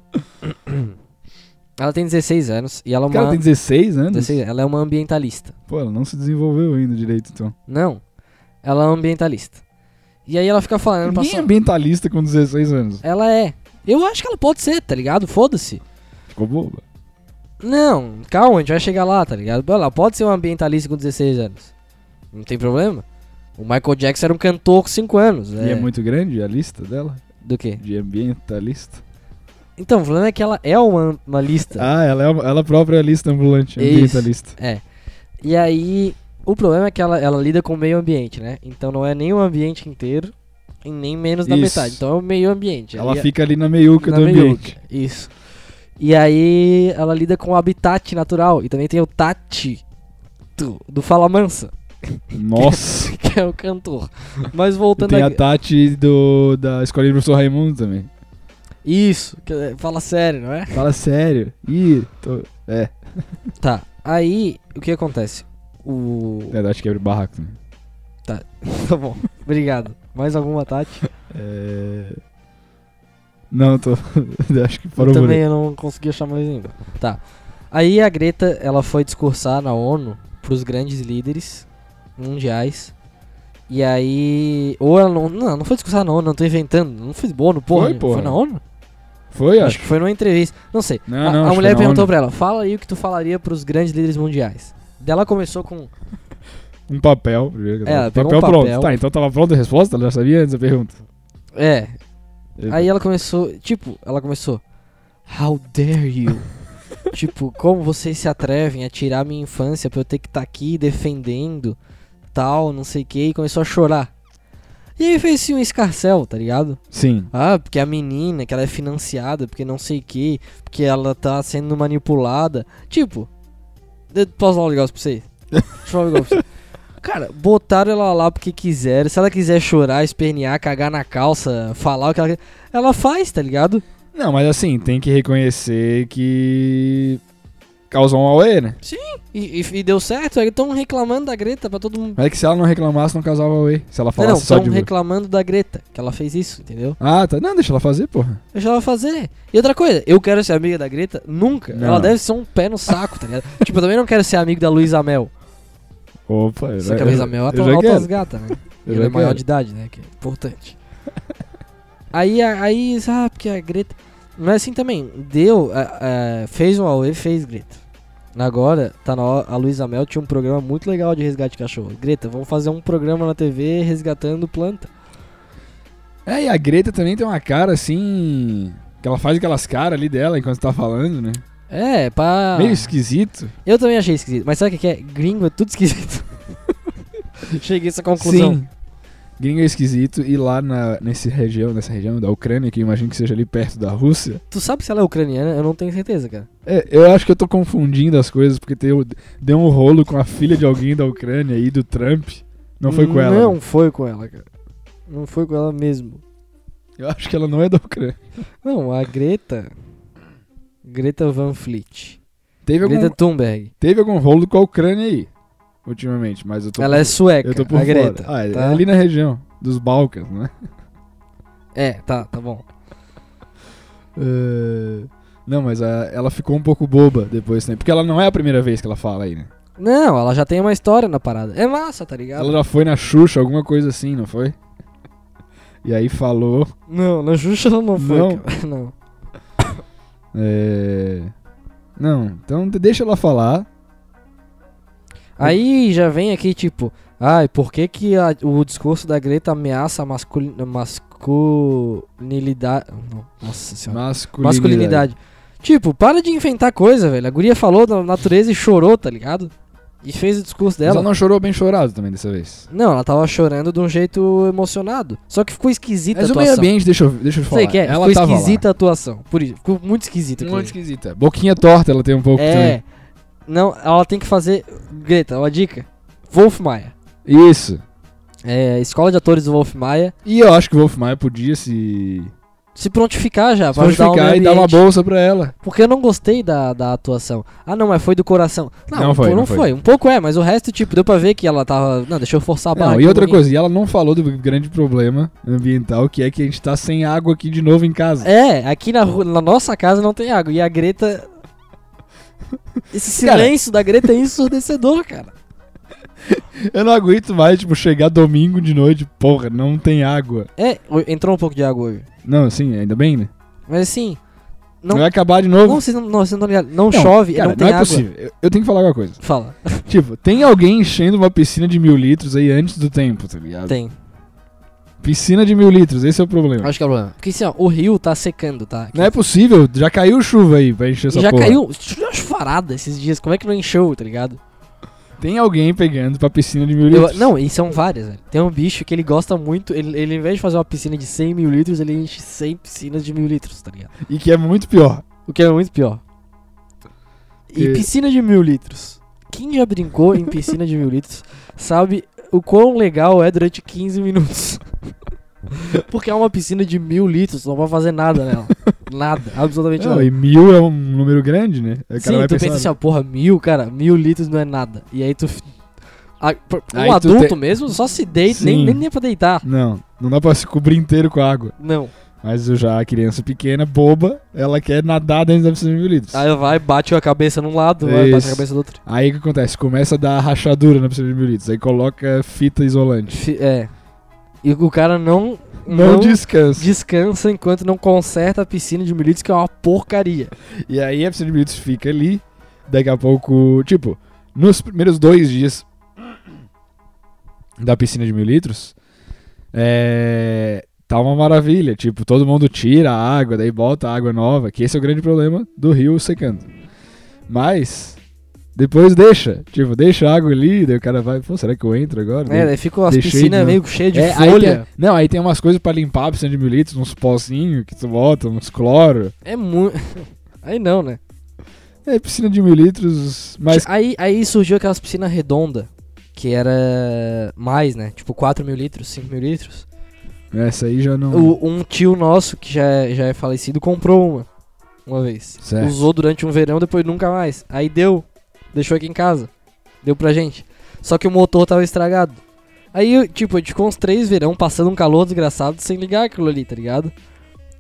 C: Ela tem 16 anos e ela é
D: Cara,
C: uma.
D: tem 16 anos?
C: 16, ela é uma ambientalista.
D: Pô, ela não se desenvolveu ainda direito, então.
C: Não. Ela é uma ambientalista. E aí ela fica falando pra
D: Ninguém é ambientalista com 16 anos.
C: Ela é. Eu acho que ela pode ser, tá ligado? Foda-se.
D: Ficou boba.
C: Não, calma, a gente vai chegar lá, tá ligado? Ela pode ser um ambientalista com 16 anos. Não tem problema. O Michael Jackson era um cantor com 5 anos.
D: E é muito grande a lista dela?
C: Do quê?
D: De ambientalista?
C: Então, o problema é que ela é uma, uma lista.
D: Ah, ela, é uma- ela própria é a lista ambulante,
C: Tá. Isso.
D: ambientalista.
C: É. E aí, o problema é que ela, ela lida com o meio ambiente, né? Então não é nem o ambiente inteiro e nem menos da
D: Isso.
C: metade. Então é o meio ambiente.
D: Ela
C: E a-
D: fica ali na meiuca
C: Na
D: do
C: meiuca,
D: ambiente.
C: Isso. E aí ela lida com o habitat natural. E também tem o Tati do, do Fala Mansa,
D: Nossa.
C: que é o cantor. Mas
D: E
C: voltando
D: tem
C: a-
D: a Tati do, da escolinha do professor Raimundo também.
C: Isso, que é- fala sério, não é?
D: Fala sério. Ih, tô... É,
C: Tá. Aí, o que acontece? O.
D: é, acho que quebra o barraco. Né?
C: Tá bom. Obrigado. Mais alguma Tati?
D: É... Não, tô... acho que
C: Eu
D: parou por
C: também
D: aí.
C: eu não consegui achar mais ainda. Tá. Aí a Greta, ela foi discursar na ONU pros grandes líderes mundiais. E aí. Ou ela não. Não, não foi discursar na ONU, não tô inventando. Não fez bono, porra.
D: Foi, porra.
C: Foi na ONU?
D: Foi,
C: Acho,
D: acho.
C: que foi numa entrevista. Não sei.
D: Ah, Não,
C: a
D: não,
C: a
D: acho que
C: mulher
D: foi na
C: perguntou
D: ONU.
C: pra ela: fala aí o que tu falaria pros grandes líderes mundiais. Daí ela começou com.
D: Um papel. Primeiro, que
C: É,
D: eu
C: ela
D: tava-
C: pegou
D: papel
C: um
D: pronto.
C: papel.
D: Tá, então tava pronta a resposta? Ela já sabia antes da pergunta.
C: É,
D: Ele-
C: Aí ela começou, tipo, ela começou, How dare you? tipo, como vocês se atrevem a tirar minha infância pra eu ter que estar aqui defendendo, tal, não sei o que, e começou a chorar. E aí fez assim um escarcel, tá ligado?
D: Sim.
C: Ah, porque a menina, que ela é financiada, porque não sei o que, porque ela tá sendo manipulada. Tipo, eu posso falar um negócio pra vocês? Deixa eu falar um negócio pra vocês. Cara, botaram ela lá porque quiseram. Se ela quiser chorar, espernear, cagar na calça, falar o que ela quer, ela faz, tá ligado?
D: Não, mas assim, tem que reconhecer que... Causou um auê, né?
C: E, e- e deu certo, aí estão reclamando da Greta pra todo mundo.
D: Mas é que se ela não reclamasse, não causava auê. Se ela
C: Não,
D: falasse só
C: estão
D: de...
C: reclamando da Greta, que ela fez isso, entendeu?
D: Ah, tá. Não, deixa ela fazer, porra.
C: Deixa ela fazer. E outra coisa, eu quero ser amiga da Greta? Nunca.
D: Não.
C: Ela deve ser um pé no saco, tá ligado? tipo, eu também não quero ser amigo da Luísa Mel.
D: Opa, eu
C: Só
D: já-
C: que a Luísa
D: eu-
C: Mel
D: eu já
C: é altas
D: quero.
C: gatas, né?
D: Eu
C: E ela
D: já
C: é maior
D: quero.
C: de idade, né? Que é importante. aí, a- aí, ah, porque a Greta. Mas assim também, deu. a- a- fez um Aue, fez Greta. Agora, tá na hora- a Luísa Mel tinha um programa muito legal de resgate de cachorro. Greta, vamos fazer um programa na TV resgatando planta.
D: É, e a Greta também tem uma cara assim. Que ela faz aquelas caras ali dela enquanto tá falando, né?
C: É, pra.
D: Meio esquisito.
C: Eu também achei esquisito, mas sabe o que que é? Gringo é tudo esquisito. Cheguei a essa conclusão.
D: Sim. Gringo é esquisito. E lá na, nesse região, nessa região da Ucrânia, que eu imagino que seja ali perto da Rússia.
C: Tu sabe se ela é ucraniana? Eu não tenho certeza, cara.
D: É, eu acho que eu tô confundindo as coisas, porque deu, deu um rolo com a filha de alguém da Ucrânia e do Trump. Não foi com ela.
C: Não
D: né?
C: foi com ela, cara. Não foi com ela mesmo.
D: Eu acho que ela não é da Ucrânia.
C: Não, a Greta. Greta Van Fleet.
D: Teve algum,
C: Greta Thunberg.
D: teve algum rolo com a Ucrânia aí, ultimamente, mas eu tô
C: Ela é sueca.
D: Eu tô por
C: a Greta.
D: fora. Ah, é
C: tá?
D: ali na região dos Balcãs, né?
C: É, tá, tá bom.
D: Eh, Não, mas a- ela ficou um pouco boba depois, né? Porque ela não é a primeira vez que ela fala aí, né?
C: Não, ela já tem uma história na parada. É massa, tá ligado?
D: Ela já foi na Xuxa, alguma coisa assim, não foi? E aí falou.
C: Não, na Xuxa ela não foi.
D: Não.
C: cara. não.
D: eh, Não, então de- deixa ela falar.
C: Aí já vem aqui, tipo, ai, por que, que a- o discurso da Greta ameaça a masculin- masculinidade. Não, nossa senhora.
D: Masculinidade.
C: Tá. masculinidade. Tipo, para de inventar coisa, velho. A guria falou da natureza e chorou, tá ligado? E fez o discurso
D: Mas
C: dela.
D: Ela não chorou bem chorado também dessa vez.
C: Não, ela tava chorando de um jeito emocionado. Só que ficou esquisita
D: Mas
C: a
D: o meio
C: atuação.
D: ambiente, deixa eu, deixa eu falar.
C: Sei que é,
D: ela
C: ficou
D: tava
C: esquisita a atuação. Por isso, ficou muito esquisita.
D: lá.
C: aquilo
D: Muito
C: ali.
D: esquisita. Boquinha torta ela tem um pouco
C: É. Não, ela tem que fazer. Greta, uma dica. Wolf Maia.
D: também. Isso.
C: é, Escola de Atores do Wolf Maia,
D: E eu acho que o Wolf Maia podia se
C: se prontificar já,
D: se
C: pra ajudar o
D: modificar
C: meio
D: e dar uma
C: ambiente.
D: bolsa pra ela.
C: Porque eu não gostei da, da atuação. Ah, não, mas foi do coração. Não,
D: Não
C: um
D: foi,
C: pouco- não
D: não foi.
C: Um pouco é, mas o resto, tipo, deu pra ver que ela tava. Não, deixa eu forçar a barra.
D: Não,
C: aqui
D: e
C: um
D: outra
C: pouquinho.
D: coisa, e ela não falou do grande problema ambiental, que é que a gente tá sem água aqui de novo em casa.
C: É, aqui na, rua- na nossa casa não tem água. E a Greta. Esse
D: Cara.
C: silêncio da Greta é ensurdecedor, cara.
D: Eu não aguento mais, tipo, chegar domingo de noite, porra, não tem água.
C: É, o- entrou um pouco de água hoje.
D: Não, assim, ainda bem, né?
C: Mas assim. Não-
D: Não, vai acabar de
C: Não,
D: novo.
C: vocês não, não, vocês não, estão ligados. não chove,
D: cara,
C: não tem
D: é
C: água.
D: possível. Eu, eu tenho que falar alguma coisa.
C: Fala,
D: Tipo, tem alguém enchendo uma piscina de mil litros aí antes do tempo, tá ligado?
C: tem.
D: Piscina de mil litros, esse é o problema.
C: Acho que é o problema. Porque assim, ó, o rio tá secando, tá?
D: Não é possível, já caiu chuva aí pra encher essa
C: E já
D: porra.
C: caiu uma chuvarada esses dias. Como é que não encheu, tá ligado?
D: Tem alguém pegando pra piscina de mil
C: Eu-
D: litros.
C: não, e são várias, velho. Tem um bicho que ele gosta muito. Ele, ele, ao invés de fazer uma piscina de 100 mil litros, ele enche 100 piscinas de mil litros, tá ligado?
D: E que é muito pior.
C: O que é muito pior. E
D: Que-
C: piscina de mil litros. Quem já brincou em piscina de mil litros sabe o quão legal é durante 15 minutos. Porque é uma piscina de mil litros, não vai fazer nada nela. Nada, absolutamente
D: Não,
C: nada.
D: e mil é um número grande, né? Aí o cara
C: Sim,
D: vai
C: tu pensa assim, ó, porra, mil, cara, mil litros não é nada. E aí tu. f- Ah, pr- um
D: Aí tu
C: adulto
D: te-
C: mesmo só se deita, nem,
D: Sim.
C: nem, nem é pra deitar.
D: Não, não dá pra se cobrir inteiro com a água.
C: Não.
D: Mas eu já a criança pequena, boba, ela quer nadar dentro da piscina de mil litros.
C: Aí vai, bate a cabeça num lado, vai, bate
D: Isso.
C: a cabeça do outro.
D: Aí o que acontece? Começa a dar rachadura na piscina de mil litros. Aí coloca fita isolante.
C: Fi- É. E o cara não.
D: Não, descansa.
C: descansa enquanto não conserta a piscina de milímetros, que é uma porcaria.
D: E aí a piscina de mil litros fica ali. Daqui a pouco, tipo, nos primeiros dois dias da piscina de mil litros, é, tá uma maravilha. Tipo, todo mundo tira a água, daí bota a água nova, que esse é o grande problema do rio secando. Mas depois deixa, tipo, deixa a água ali, daí o cara vai, pô, será que eu entro agora?
C: É, daí ficam as
D: Deixei
C: piscinas
D: de-
C: meio cheias de
D: É, aí
C: folha.
D: tem- não, aí tem umas coisas pra limpar a piscina de mil litros, uns pozinhos que tu bota, uns cloro.
C: É muito. Aí não, né?
D: É piscina de mil litros, mas
C: Aí, aí surgiu aquelas piscinas redondas, que era mais, né? Tipo 4 mil litros, 5 mil litros.
D: essa aí já não.
C: O- um tio nosso, que já, é- já é falecido, comprou uma. Uma vez.
D: Certo.
C: Usou durante um verão, depois nunca mais. Aí deu. Deixou aqui em casa. Deu pra gente. Só que o motor tava estragado. Aí, eu, tipo, a gente ficou uns três verão passando um calor desgraçado sem ligar aquilo ali, tá ligado?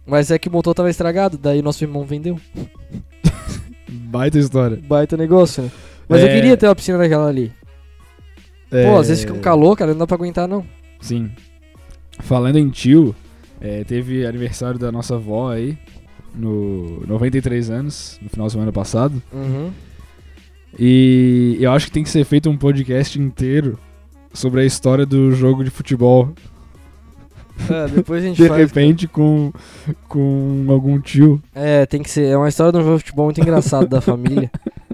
C: Mas é que o motor tava estragado, daí nosso irmão vendeu.
D: Baita história.
C: Baita negócio, né? Mas eu
D: É.
C: queria ter uma piscina daquela ali. Pô, às vezes fica um calor, cara, não dá pra aguentar, não.
D: Sim. Falando em tio, é, teve aniversário da nossa avó aí, no 93 anos, no final de semana passado.
C: Uhum.
D: E eu acho que tem que ser feito um podcast inteiro sobre a história do jogo de futebol.
C: É, depois a gente
D: De
C: faz.
D: repente, com, com algum tio.
C: É, tem que ser. É uma história de um jogo de futebol muito engraçado da família.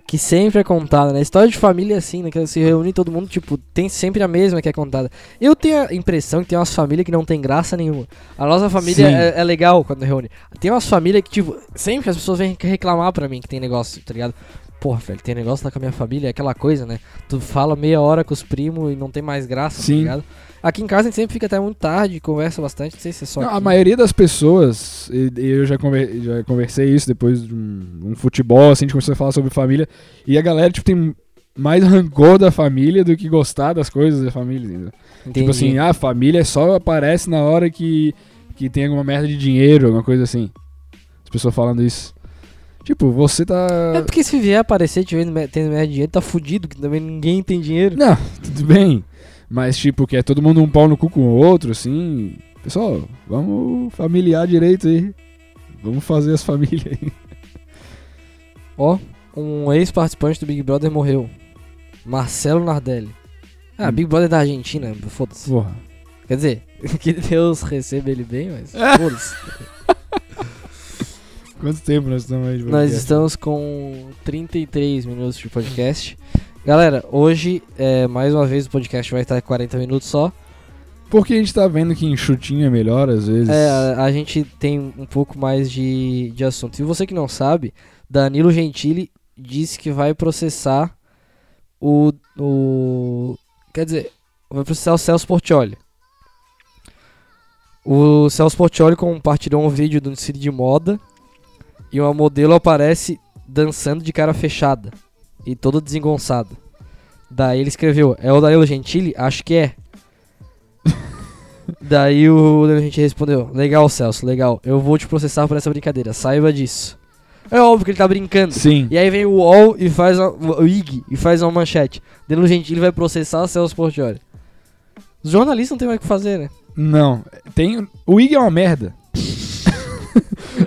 C: Que sempre é contada, né? História de família é assim, né? Que se reúne todo mundo, tipo, tem sempre a mesma que é contada. Eu tenho a impressão que tem umas famílias que não tem graça nenhuma. A nossa família
D: Sim.
C: é, é legal quando reúne. Tem umas famílias que, tipo, sempre as pessoas vêm reclamar pra mim que tem negócio, tá ligado? Porra, velho, tem negócio lá com a minha família, é aquela coisa, né? Tu fala meia hora com os primos e não tem mais graça,
D: Sim.
C: tá ligado? Aqui em casa a gente sempre fica até muito tarde, conversa bastante, não sei se é só.
D: Não, a
C: aqui.
D: maioria das pessoas, e- e eu já, conver- já conversei isso depois de um, um futebol, assim, a gente começou a falar sobre família, e a galera, tipo, tem mais rancor da família do que gostar das coisas da família, entendeu? Tipo
C: Entendi.
D: assim, ah, a família só aparece na hora que, que tem alguma merda de dinheiro, alguma coisa assim. As pessoas falando isso. Tipo, você tá...
C: É porque se vier aparecer te vendo me- tendo merda de dinheiro, tá fudido, que também ninguém tem dinheiro.
D: Não, tudo bem, mas tipo, que é todo mundo um pau no cu com o outro, assim... Pessoal, vamos familiar direito aí. Vamos fazer as famílias aí.
C: Ó, um ex-participante do Big Brother morreu. Marcelo Nardelli. Ah,
D: Hum.
C: Big Brother da Argentina, foda-se.
D: Porra.
C: Quer dizer, que Deus receba ele bem, mas foda-se.
D: Quanto tempo nós estamos aí de
C: Nós
D: podcast?
C: estamos com 33 minutos de podcast. Galera, hoje, é, mais uma vez, o podcast vai estar 40 minutos só.
D: Porque a gente tá vendo que enxutinho é melhor, às vezes.
C: É, a, a gente tem um pouco mais de, de assunto. E você que não sabe, Danilo Gentili disse que vai processar o. o quer dizer, vai pro Cel- Celso Portioli. O Celso Portioli compartilhou um vídeo de um desfile de moda e uma modelo aparece dançando de cara fechada e toda desengonçada. Daí ele escreveu, é o Danilo Gentili? Acho que é. Daí o Danilo Gentili respondeu, legal Celso, legal, eu vou te processar por essa brincadeira, saiba disso. É óbvio que ele tá brincando.
D: Sim.
C: E aí vem o UOL e faz a, o IG e faz uma manchete. Danilo Gentili vai processar Celso Portioli. Os jornalistas não tem mais o que fazer, né?
D: Não, tem. O IG é uma merda.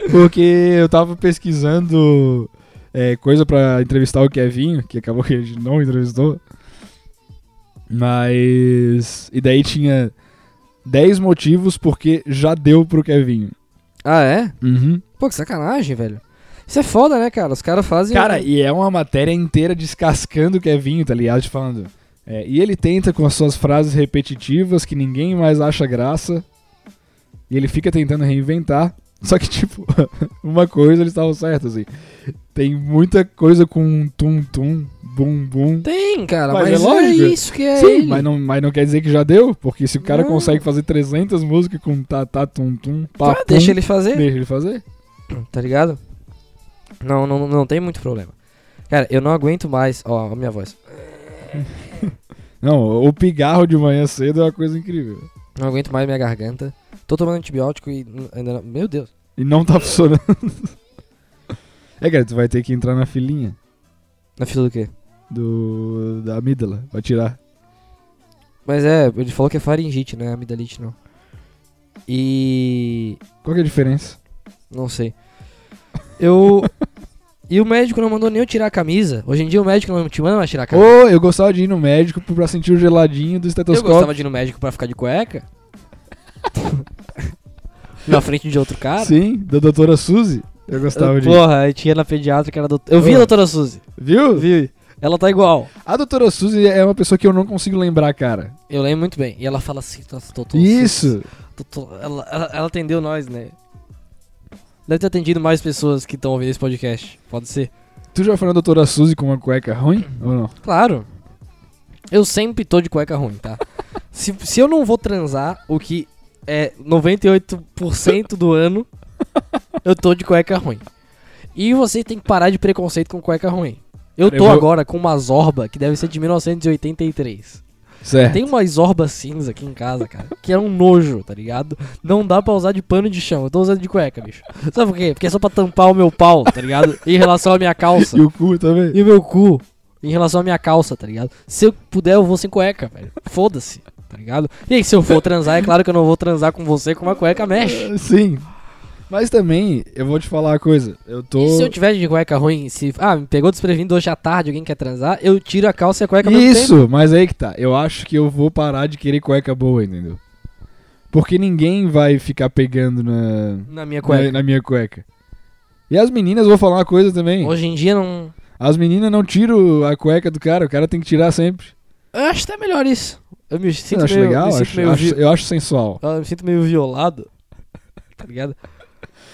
D: Porque eu tava pesquisando é, coisa pra entrevistar o Kevinho, que acabou que a gente não entrevistou. Mas. E daí tinha 10 motivos porque já deu pro Kevinho.
C: Ah, é?
D: Uhum.
C: Pô, que sacanagem, velho. Isso é foda, né, cara? Os caras fazem. um-
D: Cara, e é uma matéria inteira descascando o Kevinho, tá ligado? Te falando. É, e ele tenta com as suas frases repetitivas que ninguém mais acha graça. E ele fica tentando reinventar. Só que, tipo, uma coisa eles estavam certos, assim. Tem muita coisa com um tum-tum, bum-bum.
C: Tem, cara, mas,
D: Mas é
C: é,
D: lógico.
C: isso que é.
D: Sim,
C: ele.
D: mas não, mas não quer dizer que já deu, porque se o cara
C: Não.
D: consegue fazer 300 músicas com tá-tá, tum-tum,
C: Tá,
D: pá,
C: deixa
D: pum,
C: ele fazer,
D: deixa ele fazer.
C: tá ligado? Não, não, não tem muito problema. Cara, eu não aguento mais. Ó, a minha voz.
D: Não, o pigarro de manhã cedo é uma coisa incrível.
C: Não aguento mais minha garganta. Tô tomando antibiótico e n- ainda não... Meu Deus.
D: E não tá funcionando. É, cara, tu vai ter que entrar na filinha
C: Na fila do quê?
D: do, da amígdala pra tirar.
C: Mas é, ele falou que é faringite, não é amidalite, não. E.
D: Qual que é a diferença?
C: Não sei. Eu. e o médico não mandou nem eu tirar a camisa. Hoje em dia o médico não te manda mais tirar a
D: Ô,
C: camisa.
D: eu gostava de ir no médico pra sentir o geladinho do
C: eu
D: estetoscópio.
C: gostava de ir no médico pra ficar de cueca. na frente de outro cara.
D: Sim, da doutora Suzy. Eu gostava de ir. Ah.
C: Porra, eu tinha na pediatra que era doutora. Eu vi
D: Porra.
C: a doutora Suzy.
D: Viu?
C: Vi. Ela tá igual.
D: A doutora Suzy é uma pessoa que eu não consigo lembrar, cara.
C: Eu lembro muito bem. E ela fala assim, nossa, doutor.
D: Isso!
C: doutor- Ela, ela, ela atendeu nós, né? Deve ter atendido mais pessoas que estão ouvindo esse podcast. Pode ser.
D: Tu já foi na doutora Suzy com uma cueca ruim? Ou não?
C: Claro. Eu sempre tô de cueca ruim, tá? se, se eu não vou transar, o que é 98% do ano, eu tô de cueca ruim. E você tem que parar de preconceito com cueca ruim. Eu
D: Cara, eu
C: tô
D: vou-
C: agora com uma Zorba que deve ser de 1983.
D: Certo.
C: Tem uma Zorba cinza aqui em casa, cara, que é um nojo, tá ligado? Não dá pra usar de pano de chão. Eu tô usando de cueca, bicho. Sabe por quê? Porque é só pra tampar o meu pau, tá ligado? Em relação à minha calça.
D: E o cu também.
C: E o meu cu em relação à minha calça, tá ligado? Se eu puder, eu vou sem cueca, velho. Foda-se, tá ligado? E aí, se eu for transar, é claro que eu não vou transar com você com uma cueca mesh.
D: Ah, Sim. Mas também, eu vou te falar uma coisa. Eu tô.
C: E se eu tiver de cueca ruim, se. Ah, me pegou desprevenido hoje à tarde, alguém quer transar, eu tiro a calça e a cueca ao mesmo tempo.
D: Isso, mas aí que tá. Eu acho que eu vou parar de querer cueca boa, entendeu? Porque ninguém vai ficar pegando na,
C: Na minha
D: na,
C: cueca.
D: na minha cueca. E as meninas, vou falar uma coisa também.
C: Hoje em dia não.
D: As meninas não tiram a cueca do cara, o cara tem que tirar sempre.
C: Eu acho até melhor isso. Eu me
D: Eu
C: sinto
D: acho
C: meio.
D: legal,
C: me sinto
D: acho-
C: meio
D: acho-
C: vi-
D: eu acho sensual.
C: Eu me sinto meio violado. Tá ligado?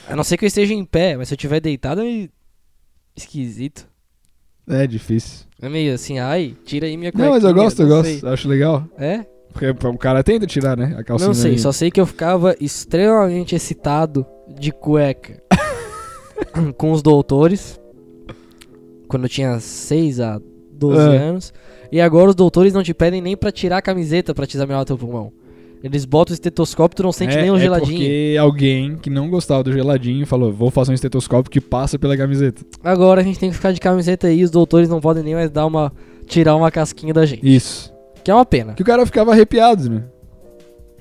C: A não ser que eu esteja em pé, mas se eu estiver deitado é meio esquisito.
D: É difícil.
C: É meio assim, ai, tira aí minha cueca.
D: Não, mas eu gosto, eu
C: sei.
D: gosto. Eu acho legal.
C: É?
D: Porque o cara tenta tirar, né? A calcinha.
C: não sei,
D: ali.
C: só sei que eu ficava extremamente excitado de cueca com os doutores quando eu tinha 6 a 12
D: É.
C: anos. E agora os doutores não te pedem nem pra tirar a camiseta pra te examinar o teu pulmão. Eles botam o estetoscópio, tu não sente
D: é,
C: nem um
D: é
C: geladinho.
D: Porque alguém que não gostava do geladinho falou: vou fazer um estetoscópio que passa pela camiseta.
C: Agora a gente tem que ficar de camiseta aí, os doutores não podem nem mais dar uma tirar uma casquinha da gente,
D: Isso.
C: que é uma pena.
D: Que o cara ficava arrepiado, né?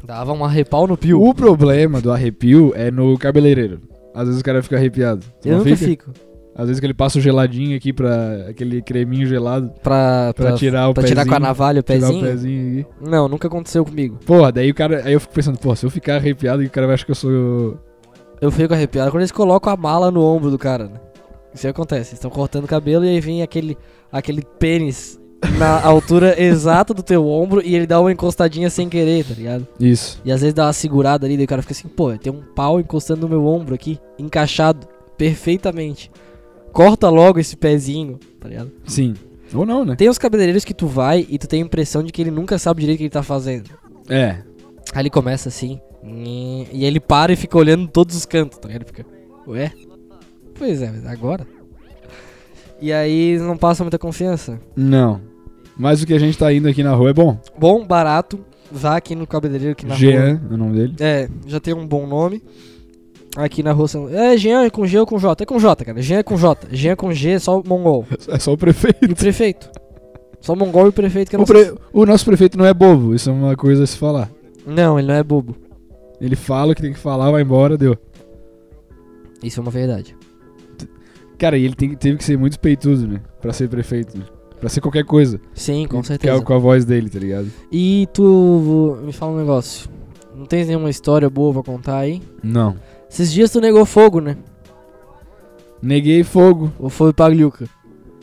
C: Dava um arrepal no pio.
D: O problema do arrepio é no cabeleireiro. Às vezes o cara fica arrepiado. Tu
C: Eu
D: não
C: nunca
D: fica?
C: fico.
D: Às vezes que ele passa o geladinho aqui pra. aquele creminho gelado
C: Pra,
D: pra, tirar o
C: pra
D: pezinho.
C: tirar com a navalha o
D: tirar o
C: pezinho.
D: pezinho aqui.
C: Não, nunca aconteceu comigo.
D: Porra, daí o cara. Aí eu fico pensando, pô, se eu ficar arrepiado, o cara vai achar que eu sou.
C: Eu fico arrepiado quando eles colocam a mala no ombro do cara, né? Isso aí acontece. Eles estão cortando o cabelo e aí vem aquele, aquele pênis na altura exata do teu ombro e ele dá uma encostadinha sem querer, tá ligado?
D: Isso.
C: E às vezes dá uma segurada ali, daí o cara fica assim, pô, tem um pau encostando no meu ombro aqui, encaixado perfeitamente. Corta logo esse pezinho, tá ligado?
D: Sim. Ou não, né?
C: Tem uns cabeleireiros que tu vai e tu tem a impressão de que ele nunca sabe direito o que ele tá fazendo.
D: É.
C: Aí ele começa assim. nhe, E ele para e fica olhando todos os cantos, tá ligado? Ele Fica, ué? Pois é, mas agora? E aí não passa muita confiança.
D: Não. Mas o que a gente tá indo aqui na rua é bom.
C: Bom, barato, vá aqui no cabeleireiro que na rua.
D: Jean é o nome dele.
C: É, já tem um bom nome. Aqui na rua. são- É, Jean é com G ou com J? É com J, cara. Jean é com J. Jean é com G, é só mongol.
D: É só o prefeito.
C: E o prefeito. Só mongol e o prefeito que eu
D: O,
C: não
D: pre- o nosso prefeito não é bobo, isso é uma coisa a se falar.
C: Não, ele não é bobo.
D: Ele fala o que tem que falar, vai embora, deu.
C: Isso é uma verdade.
D: Cara, e ele tem- teve que ser muito peitudo, né? Pra ser prefeito, né? Pra ser qualquer coisa.
C: Sim, com
D: Que-
C: certeza.
D: que é com a voz dele, tá ligado?
C: E tu me fala um negócio. Não tens nenhuma história boa pra contar aí?
D: Não.
C: Esses dias tu negou fogo, né?
D: Neguei fogo.
C: Ou foi o Pagliuca?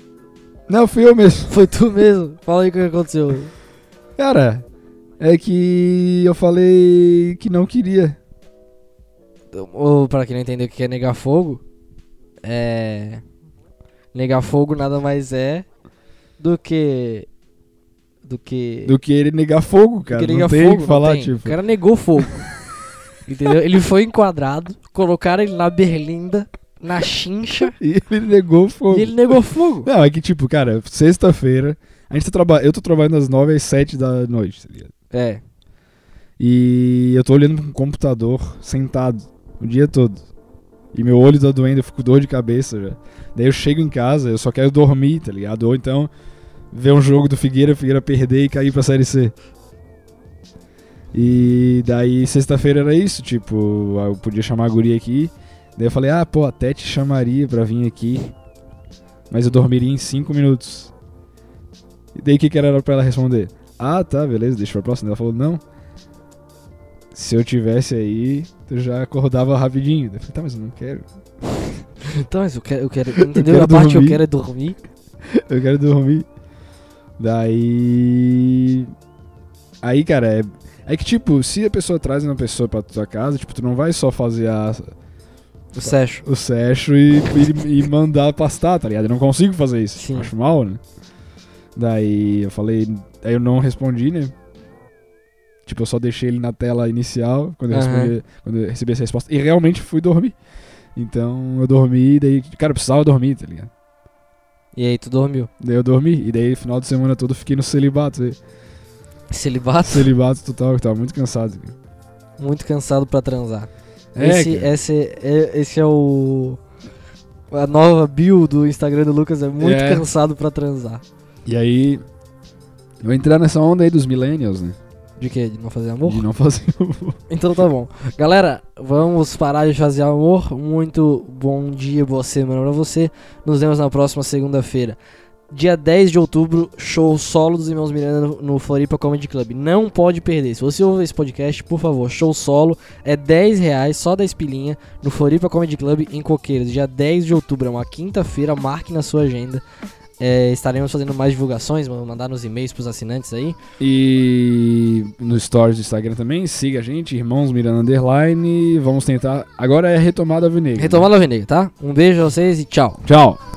D: Não, fui eu mesmo.
C: Foi tu mesmo? Fala aí o que aconteceu.
D: Cara, é que eu falei que não queria.
C: Ou pra quem não entendeu o que é negar fogo, é. Negar fogo nada mais é do que. Do que.
D: Do que ele negar fogo,
C: do
D: cara.
C: que
D: não
C: negar
D: tem o
C: fogo.
D: que falar,
C: não tem.
D: tipo.
C: O cara negou fogo. entendeu? Ele foi enquadrado, colocaram ele na berlinda, na chincha,
D: E ele negou fogo.
C: e ele negou fogo.
D: Não, é que tipo, cara, sexta-feira, a gente tá trabalhando, eu tô trabalhando das 9 às 7 da noite, tá ligado?
C: É.
D: E eu tô olhando pra um computador sentado o dia todo. E meu olho tá doendo, eu fico com dor de cabeça já. Daí eu chego em casa, eu só quero dormir, tá ligado? Ou então ver um jogo do Figueira, o Figueira perder e cair pra Série C. E daí sexta-feira era isso, tipo, eu podia chamar a guria aqui. Daí eu falei, ah, pô, até te chamaria pra vir aqui. Mas eu dormiria em 5 minutos. E daí o que, que era pra ela responder? Ah, tá, beleza, deixa pra próxima. Ela falou, não. Se eu tivesse aí, tu já acordava rapidinho. Daí Eu falei, tá, mas eu não quero.
C: Então, mas eu quero. Eu quero entendeu?
D: quero
C: a parte que eu
D: dormir.
C: quero é dormir.
D: Eu quero dormir. Daí. Aí, cara, é. É que, tipo, se a pessoa traz uma pessoa pra tua casa, tipo, tu não vai só fazer a- Tá.
C: O Sérgio.
D: o sexo e, e, e mandar pastar, tá ligado? Eu não consigo fazer isso.
C: Sim.
D: Acho mal, né? Daí eu falei. Aí eu não respondi, né? Tipo, eu só deixei ele na tela inicial quando eu,
C: Aham.
D: respondi- quando eu recebi essa resposta. E realmente fui dormir. Então eu dormi, daí. Cara, eu precisava dormir, tá ligado?
C: E aí, tu dormiu?
D: Daí eu dormi, e daí final de semana todo eu fiquei no celibato. aí.
C: Celibato?
D: Celibato total, que tava muito cansado. né? cara.
C: Muito cansado pra transar.
D: É,
C: esse,
D: cara.
C: esse, é, esse é o. A nova bio do Instagram do Lucas é muito
D: É.
C: cansado pra transar.
D: E aí, eu entrar nessa onda aí dos millennials, né?
C: De quê? De não fazer amor?
D: De não fazer o...
C: Então tá bom. Galera, vamos parar de fazer amor. Muito bom dia, boa semana pra você. Nos vemos na próxima segunda-feira. Dia 10 de outubro, show solo dos Irmãos Miranda no, no Floripa Comedy Club. Não pode perder. Se você ouvir esse podcast, por favor, show solo é 10 reais, só 10 pilinha, no Floripa Comedy Club em Coqueiros. Dia 10 de outubro, é uma quinta-feira, marque na sua agenda. É, estaremos fazendo mais divulgações, vamos mandar nos e-mails pros assinantes aí.
D: E no stories do Instagram também, siga a gente, Irmãos Miranda Underline. Vamos tentar. Agora é retomada Avenida.
C: Retomando a Venega, tá? Um beijo a vocês e tchau.
D: Tchau.